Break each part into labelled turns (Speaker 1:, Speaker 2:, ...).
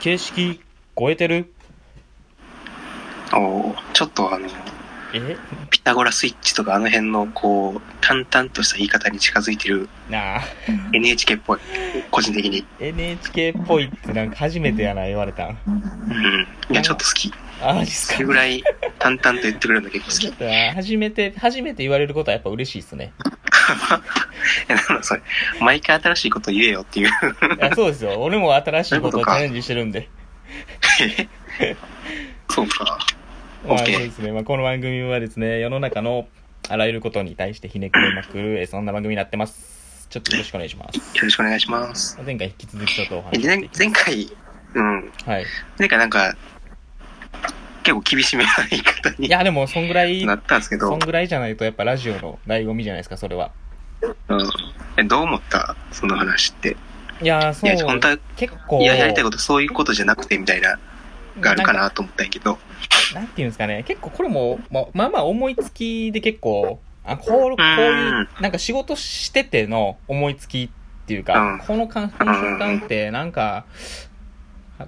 Speaker 1: 形式超えてる
Speaker 2: おーちょっとあの、
Speaker 1: え
Speaker 2: ピタゴラスイッチとかあの辺のこう、淡々とした言い方に近づいてる
Speaker 1: なあ
Speaker 2: NHK っぽい。個人的に。
Speaker 1: NHK っぽいってなんか初めてやな言われたん
Speaker 2: うん。いや、ちょっと好き。
Speaker 1: あマジっす
Speaker 2: そ
Speaker 1: か
Speaker 2: れぐらい淡々と言ってくれるの結構好き。
Speaker 1: ち
Speaker 2: い
Speaker 1: ょっとな初めて初めて言われることはやっぱ嬉しいっすね
Speaker 2: や、なんだそれ。毎回新しいこと言えよっていう。
Speaker 1: いやそうですよ俺も新しいこと
Speaker 2: そういうこと
Speaker 1: をチ
Speaker 2: か
Speaker 1: ャレンジしてるんで
Speaker 2: そうか。
Speaker 1: まあ
Speaker 2: OK
Speaker 1: そうですね、まあ、この番組はですね世の中のあらゆることに対してひねくれまくるえそんな番組になってますちょっとよろしくお願いします
Speaker 2: よろしくお願いします。
Speaker 1: 前回引き続きちょっとお
Speaker 2: え
Speaker 1: 話しして
Speaker 2: 前
Speaker 1: いき
Speaker 2: 前回、うん。
Speaker 1: はい
Speaker 2: 前回なんか、結構厳しめな言い方
Speaker 1: い
Speaker 2: に
Speaker 1: やでもそんぐらい
Speaker 2: なったんですけ
Speaker 1: そ
Speaker 2: ど
Speaker 1: ん、ぐらいじゃないとやっぱラジオの醍醐味じゃないですかそれは
Speaker 2: うん、えどう思ったその話って。
Speaker 1: いやー
Speaker 2: い
Speaker 1: そう
Speaker 2: や、本当は、
Speaker 1: 結構
Speaker 2: いや、やりたいことそういうことじゃなくてみたいな、があるかなと思ったんやけど。
Speaker 1: なんていうんですかね、結構これも、まあまあまあ思いつきで結構、あこうこういう、なんか仕事してての思いつきっていうか、
Speaker 2: うん
Speaker 1: この感この瞬間ってなんか、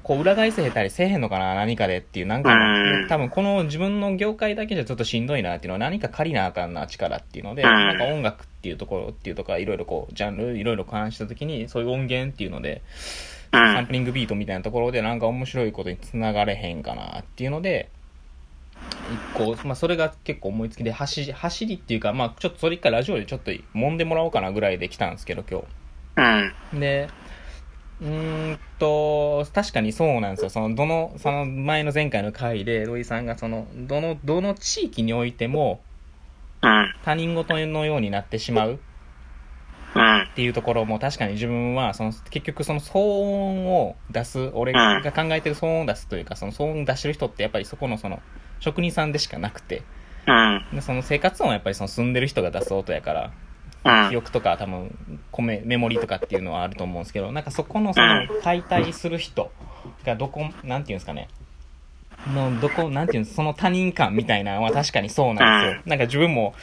Speaker 1: こう裏返せたりせえへんのかな、何かでっていう、なんか、
Speaker 2: うん
Speaker 1: 多分この自分の業界だけじゃちょっとしんどいなっていうのは何か借りなあかんな力っていうので、
Speaker 2: うん
Speaker 1: なんか音楽っていうところっていうとか、いろいろこう、ジャンル、いろいろ勘したときに、そういう音源っていうので、
Speaker 2: う
Speaker 1: サン
Speaker 2: ん。
Speaker 1: プリングビートみたいなところでなんか面白いことにつながれへんかなっていうので、一個、まあそれが結構思いつきで、走り、走りっていうか、まあちょっとそれ一回ラジオでちょっと揉んでもらおうかなぐらいで来たんですけど、今日。
Speaker 2: うん。
Speaker 1: で、うーんと、確かにそうなんですよ。その、どの、その前の前回の回で、土井さんがその、どの、どの地域においても
Speaker 2: うん。
Speaker 1: 他人事のようになってしまう
Speaker 2: うん。
Speaker 1: っていうところも確かに自分はその結局その騒音を出す俺が考えてる騒音を出すというかその騒音出してる人ってやっぱりそこのその職人さんでしかなくて
Speaker 2: うん。
Speaker 1: でその生活音はやっぱりその住んでる人が出す音やから
Speaker 2: うん
Speaker 1: 記。憶とか多分コメメモリーとかっていうのはあると思うんですけどなんかそこのそ
Speaker 2: うん
Speaker 1: の解体する人がどこなんていうんですかねのどこなんていうんですその他人感みたいなのは確かにそうなんですよなんか自分も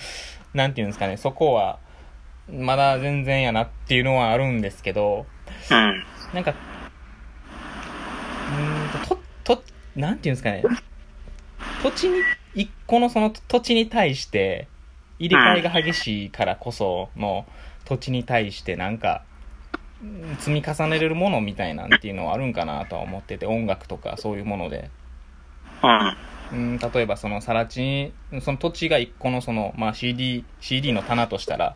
Speaker 1: なんていうんですかねそこはまだ全然やなっていうのはあるんですけど
Speaker 2: うん。
Speaker 1: なんかうーんとととなんていうんですかね土地に一個のその土地に対して入れ替えが激しいからこその土地に対してなんかうん積み重ねれるものみたいなんっていうのはあるんかなとは思ってて音楽とかそういうもので
Speaker 2: うん。
Speaker 1: うん例えばその更地にその土地が一個のその、まあ、CD, CD の棚としたら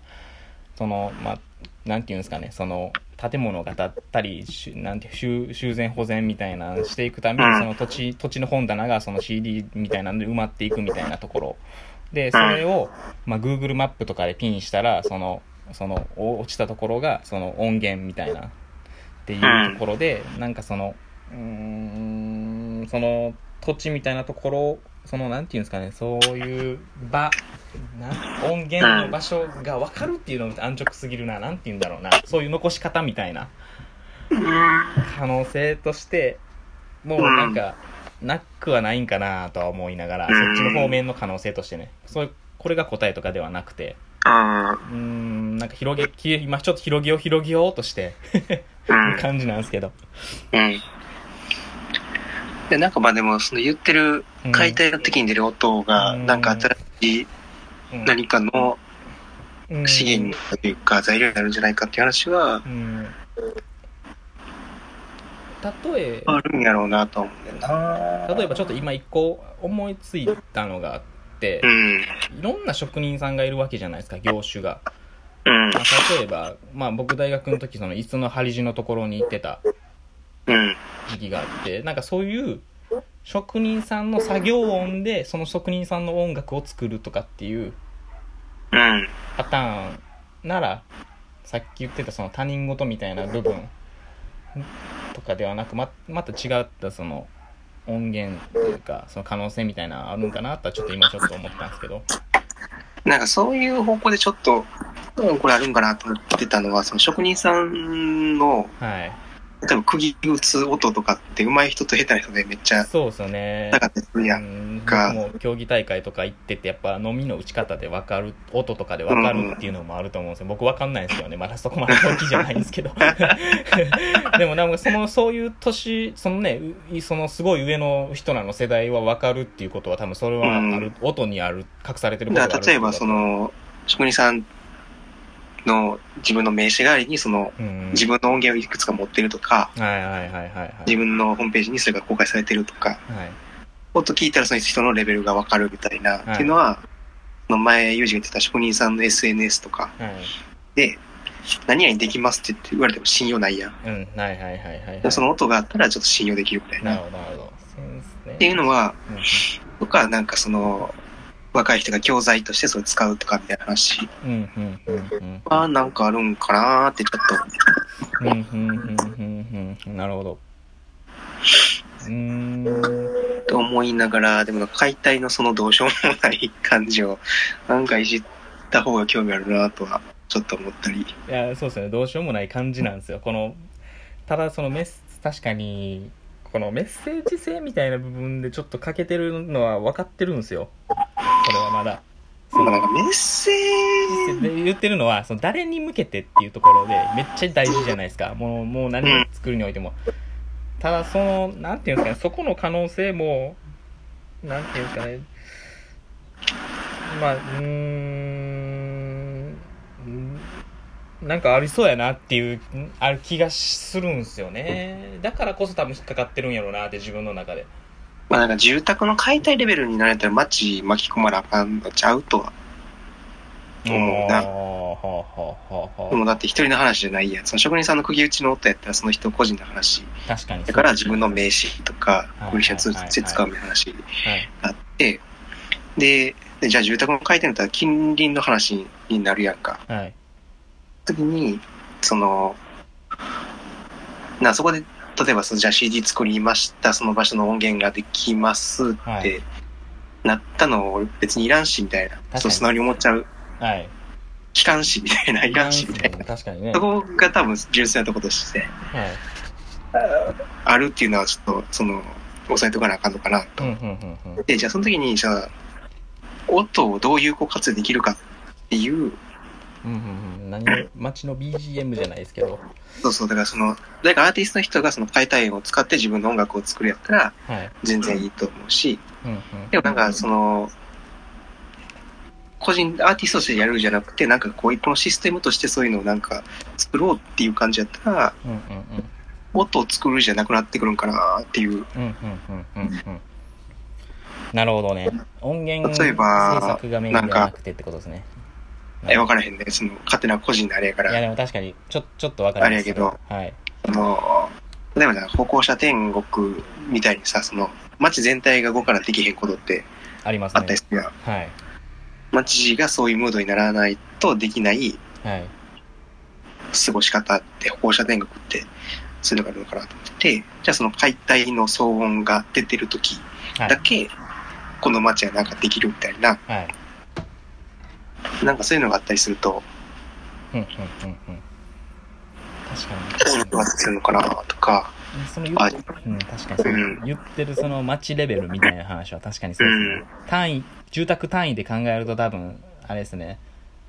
Speaker 1: そのまあなんていうんですかねその建物が建ったりしなんて修修繕保全みたいなのしていくため
Speaker 2: うん
Speaker 1: にその土地土地の本棚がその CD みたいなので埋まっていくみたいなところでそれを、まあ、Google マップとかでピンしたらそのそのお落ちたところがその音源みたいなっていうところで、なんかそのうーんその土地みたいなところそのなんていうんですかねそういう場な音源の場所が分かるっていうのが安直すぎるななんていうんだろうなそういう残し方みたいな可能性としてもうなんか、なくはないんかなとは思いながら、
Speaker 2: うん
Speaker 1: そっちの方面の可能性としてねそういうこれが答えとかではなくて
Speaker 2: うん。
Speaker 1: うーんなんか広げき今ちょっと広げよう広げようとして
Speaker 2: うん。
Speaker 1: 感じなんですけど、
Speaker 2: うん。で、なんかまあでも、その言ってる
Speaker 1: うん
Speaker 2: 解体の時に出る音が、
Speaker 1: うん
Speaker 2: なんか新しい
Speaker 1: うん
Speaker 2: 何かの
Speaker 1: うん
Speaker 2: 資源というか材料になるんじゃないかっていう話は、
Speaker 1: うん例え
Speaker 2: あるんやろうなと思うんだよな。
Speaker 1: 例えばちょ
Speaker 2: っ
Speaker 1: っと今一個思いついたのがあって
Speaker 2: う、ん。
Speaker 1: いろんな職人さんがいるわけじゃないですか業種が、
Speaker 2: うん
Speaker 1: ま。あ、例えば、まあ、僕大学の時その椅子の張り地のところに行ってた
Speaker 2: うん。
Speaker 1: 時期があってなんかそういう職人さんの作業音でその職人さんの音楽を作るとかっていう
Speaker 2: うん。
Speaker 1: パターンならさっき言ってたその他人事みたいな部分とかではなくままた違ったその音源というかその可能性みたいなのあるんかなとはちょっと今ちょっと思ったんですけど
Speaker 2: なんかそういう方向でちょっと、うんこれあるんかなと思ってたのは、その職人さんの
Speaker 1: はい
Speaker 2: 多分釘打つ音とかって上手い人と下手な人でめっちゃ
Speaker 1: そうですよね
Speaker 2: なかったりするや。
Speaker 1: うんん
Speaker 2: か
Speaker 1: 僕も競技大会とか行っててやっぱ飲みの打ち方で分かる音とかで分かるっていうのもあると思うんですよ僕分かんないんですよねまだそこまで大きいじゃないんですけどでもなんかそのそういう年そのねうそのすごい上の人らの世代は分かるっていうことは多分それはある、
Speaker 2: うん
Speaker 1: 音にある隠されてることがあ
Speaker 2: だ
Speaker 1: る
Speaker 2: から例えばその、職人さんの自分の名刺代わりにその、
Speaker 1: うん
Speaker 2: 自分の音源をいくつか持ってるとか、
Speaker 1: はいはいはいはいはい
Speaker 2: 自分のホームページにそれが公開されてるとか、
Speaker 1: はい
Speaker 2: 音聞いたらその人のレベルがわかるみたいな、
Speaker 1: はい
Speaker 2: っていうのは、その前、ユージが言ってた職人さんの SNS とか
Speaker 1: はい
Speaker 2: で、何々できますって言われても信用ないやん。
Speaker 1: うんはいはいはいはい
Speaker 2: でもその音があったらちょっと信用できるみたい
Speaker 1: な
Speaker 2: な。
Speaker 1: る
Speaker 2: っ
Speaker 1: ほどなるほどセンスね
Speaker 2: ていうのは、
Speaker 1: うん
Speaker 2: とか、なんかその、若い人が教材としてそれ使うとかみたいな話
Speaker 1: うんうんうんうん
Speaker 2: はなんかあるんかなーってちょっと
Speaker 1: うんうんうんうんうんなるほど。うーん。
Speaker 2: と思いながら、でもなんか解体のそのどうしようもない感じを、なんかいじった方が興味あるなとは、ちょっと思ったり。
Speaker 1: いや、そうですよね。どうしようもない感じなんですよ。この、ただそのメッセ、確かに、このメッセージ性みたいな部分でちょっと欠けてるのは分かってるんですよ。それはまだ。そ
Speaker 2: なん
Speaker 1: の
Speaker 2: かなんかメッセージ。
Speaker 1: で言ってるのはその誰に向けてっていうところでめっちゃ大事じゃないですかもうもう何を作るにおいてもただそのなんていうんですかねそこの可能性もなんていうんですかねまあうーんうんなんかありそうやなっていううんある気がするんですよねだからこそ多分引っかかってるんやろうなって自分の中で
Speaker 2: まあなんか住宅の解体レベルになれたら街巻き込まなあかんのちゃうとは。うん
Speaker 1: あーはあはあはあはあ
Speaker 2: でもだって一人の話じゃないやん。その職人さんの釘打ちの音やったらその人個人の話。
Speaker 1: 確かに
Speaker 2: だから自分の名刺とか
Speaker 1: はい、
Speaker 2: コミッションツールとして使うみたいな話
Speaker 1: はい
Speaker 2: があって、で、でじゃあ住宅の解体だったら近隣の話になるやんか。
Speaker 1: はい
Speaker 2: 時に、その、な、そこで、例えばその、じゃあ CD 作りました、その場所の音源ができますって、
Speaker 1: はい
Speaker 2: なったの、俺別にいらんし、みたい
Speaker 1: か
Speaker 2: な。
Speaker 1: に
Speaker 2: そう、素直に思っちゃう。
Speaker 1: はい
Speaker 2: 機関士みたいな、いらんし、みたいな。
Speaker 1: 確かにね
Speaker 2: そこが多分純粋なとことして、
Speaker 1: はい
Speaker 2: あるっていうのはちょっと、その、押さえとかなあかんのかな。
Speaker 1: うんうんうんうん
Speaker 2: で、じゃあその時に、じゃあ、音をどう有効活用できるかっていう、
Speaker 1: うんうんうん何を街の BGM じゃないですけど
Speaker 2: そうそう、だからその、だからアーティストの人がその解体を使って自分の音楽を作るやったら、
Speaker 1: はい
Speaker 2: 全然いいと思うし、
Speaker 1: うんうん
Speaker 2: でもなんかその、個人、アーティストとしてやるんじゃなくて、なんかこう、このシステムとしてそういうのをなんか作ろうっていう感じやったら、
Speaker 1: うんうん
Speaker 2: もっと作るじゃなくなってくるんかなっていう。
Speaker 1: うんうんうんうんうんうんなるほどね音源
Speaker 2: 例えば
Speaker 1: 制作がメインではなくてってことですね
Speaker 2: え、わからへんね。その、勝手な個人のあれやか
Speaker 1: いや
Speaker 2: ら、
Speaker 1: でも確かにちょちょっとわかります
Speaker 2: あれや
Speaker 1: はい
Speaker 2: あの、例えばじゃあ歩行者天国みたいにさ、その、街全体が5からできへんことって
Speaker 1: あります
Speaker 2: あった
Speaker 1: ね
Speaker 2: りするやん。
Speaker 1: はい
Speaker 2: 街がそういうムードにならないとできない
Speaker 1: はい
Speaker 2: 過ごし方って、歩行者天国って、そういうのがあるのかなと思ってて、じゃあその解体の騒音が出てるとき
Speaker 1: は
Speaker 2: だ
Speaker 1: い
Speaker 2: け、この街はなんかできるみたいな、
Speaker 1: はい
Speaker 2: なんかそういうのがあったりすると、
Speaker 1: うんうんうんうん
Speaker 2: こうい
Speaker 1: 確
Speaker 2: うの
Speaker 1: か
Speaker 2: が出てるのかなとか、
Speaker 1: にその言
Speaker 2: あ
Speaker 1: っ、うん、確かにその
Speaker 2: うん
Speaker 1: 言ってるその街レベルみたいな話は確かにそうですね、
Speaker 2: うん
Speaker 1: 単位住宅単位で考えると多分あれですね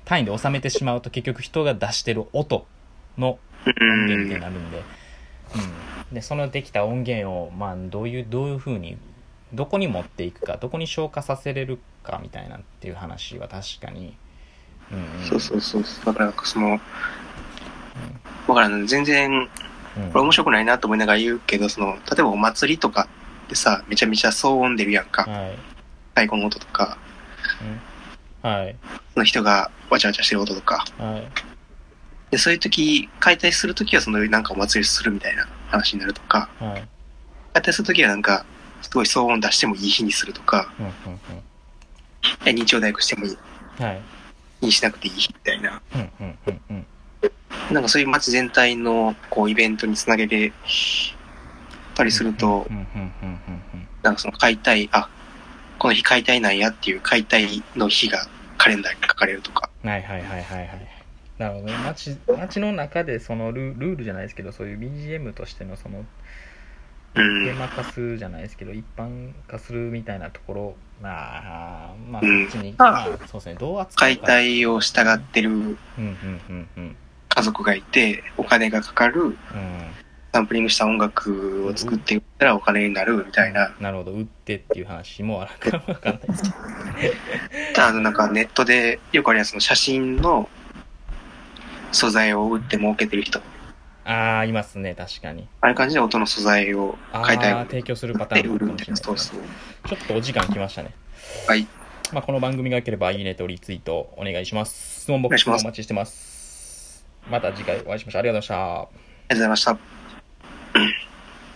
Speaker 1: 単位で収めてしまうと結局人が出してる音の
Speaker 2: う
Speaker 1: 音源って
Speaker 2: ん、
Speaker 1: なるんで,、うんでそのできた音源を、まあ、どういうどういうふうにどこに持っていくかどこに消化させれるかみたいなっていう話は確かに、うんん、
Speaker 2: そうそうそうそう、だからなんかその、わからん、全然、
Speaker 1: うん、
Speaker 2: これ面白くないなと思いながら言うけど、その、例えばお祭りとかってさ、めちゃめちゃ騒音出るやんか、
Speaker 1: はい、
Speaker 2: 太鼓の音とか、
Speaker 1: うん、はい
Speaker 2: その人がわちゃわちゃしてる音とか、
Speaker 1: はい
Speaker 2: で、そういう時、解体する時はその、なんかお祭りするみたいな話になるとか、
Speaker 1: はい
Speaker 2: 解体する時はなんか、すごい騒音出してもいい日にするとか、
Speaker 1: うんうん
Speaker 2: え日曜大工してもいい
Speaker 1: うんはい
Speaker 2: にしなくていいみたいな。
Speaker 1: うんうんうんうん
Speaker 2: なんかそういう街全体のこうイベントにつなげてたりすると
Speaker 1: う、んうんうんうんうん
Speaker 2: なんかその解体、あ、この日解体なんやっていう解体の日がカレンダーに書かれるとか、
Speaker 1: うんはいはいはいはいはいなるほどね街街の中でそのルルールじゃないですけどそういう BGM としてのその
Speaker 2: う
Speaker 1: テー
Speaker 2: ん。
Speaker 1: マ化するじゃないですけど一般化するみたいなところまあまあ
Speaker 2: う
Speaker 1: そ
Speaker 2: ん
Speaker 1: っちに、
Speaker 2: ま
Speaker 1: ま
Speaker 2: あ
Speaker 1: あ、そうですねどう扱う
Speaker 2: 解
Speaker 1: か
Speaker 2: 体を従ってる
Speaker 1: うんうんうんうん
Speaker 2: 家族がいて、お金がかかる、
Speaker 1: うん
Speaker 2: サンプリングした音楽を作っていったらお金になるみたいな。
Speaker 1: なるほど打ってっていう話もあるかもわかんないですけど
Speaker 2: あの、なんかネットでよくあるやつの写真の素材を売って儲けてる人。
Speaker 1: ああいますね確かに
Speaker 2: ああいう感じで音の素材を
Speaker 1: あ
Speaker 2: 解体
Speaker 1: あ
Speaker 2: を
Speaker 1: 提供するパタ
Speaker 2: で
Speaker 1: ーンもあ
Speaker 2: 売
Speaker 1: る
Speaker 2: る
Speaker 1: か
Speaker 2: み
Speaker 1: もしたれな
Speaker 2: いな。
Speaker 1: い
Speaker 2: そう
Speaker 1: です
Speaker 2: そう。
Speaker 1: ねちょっとお時間来ましたね
Speaker 2: はい。
Speaker 1: まあ、この番組が良ければいいねとリツイートお願いします。質問
Speaker 2: お願
Speaker 1: 僕
Speaker 2: いし
Speaker 1: も
Speaker 2: ま
Speaker 1: お
Speaker 2: す
Speaker 1: 待ちしてます。また次回お会いしましょう。ありがとうございました。
Speaker 2: ありがとうございました。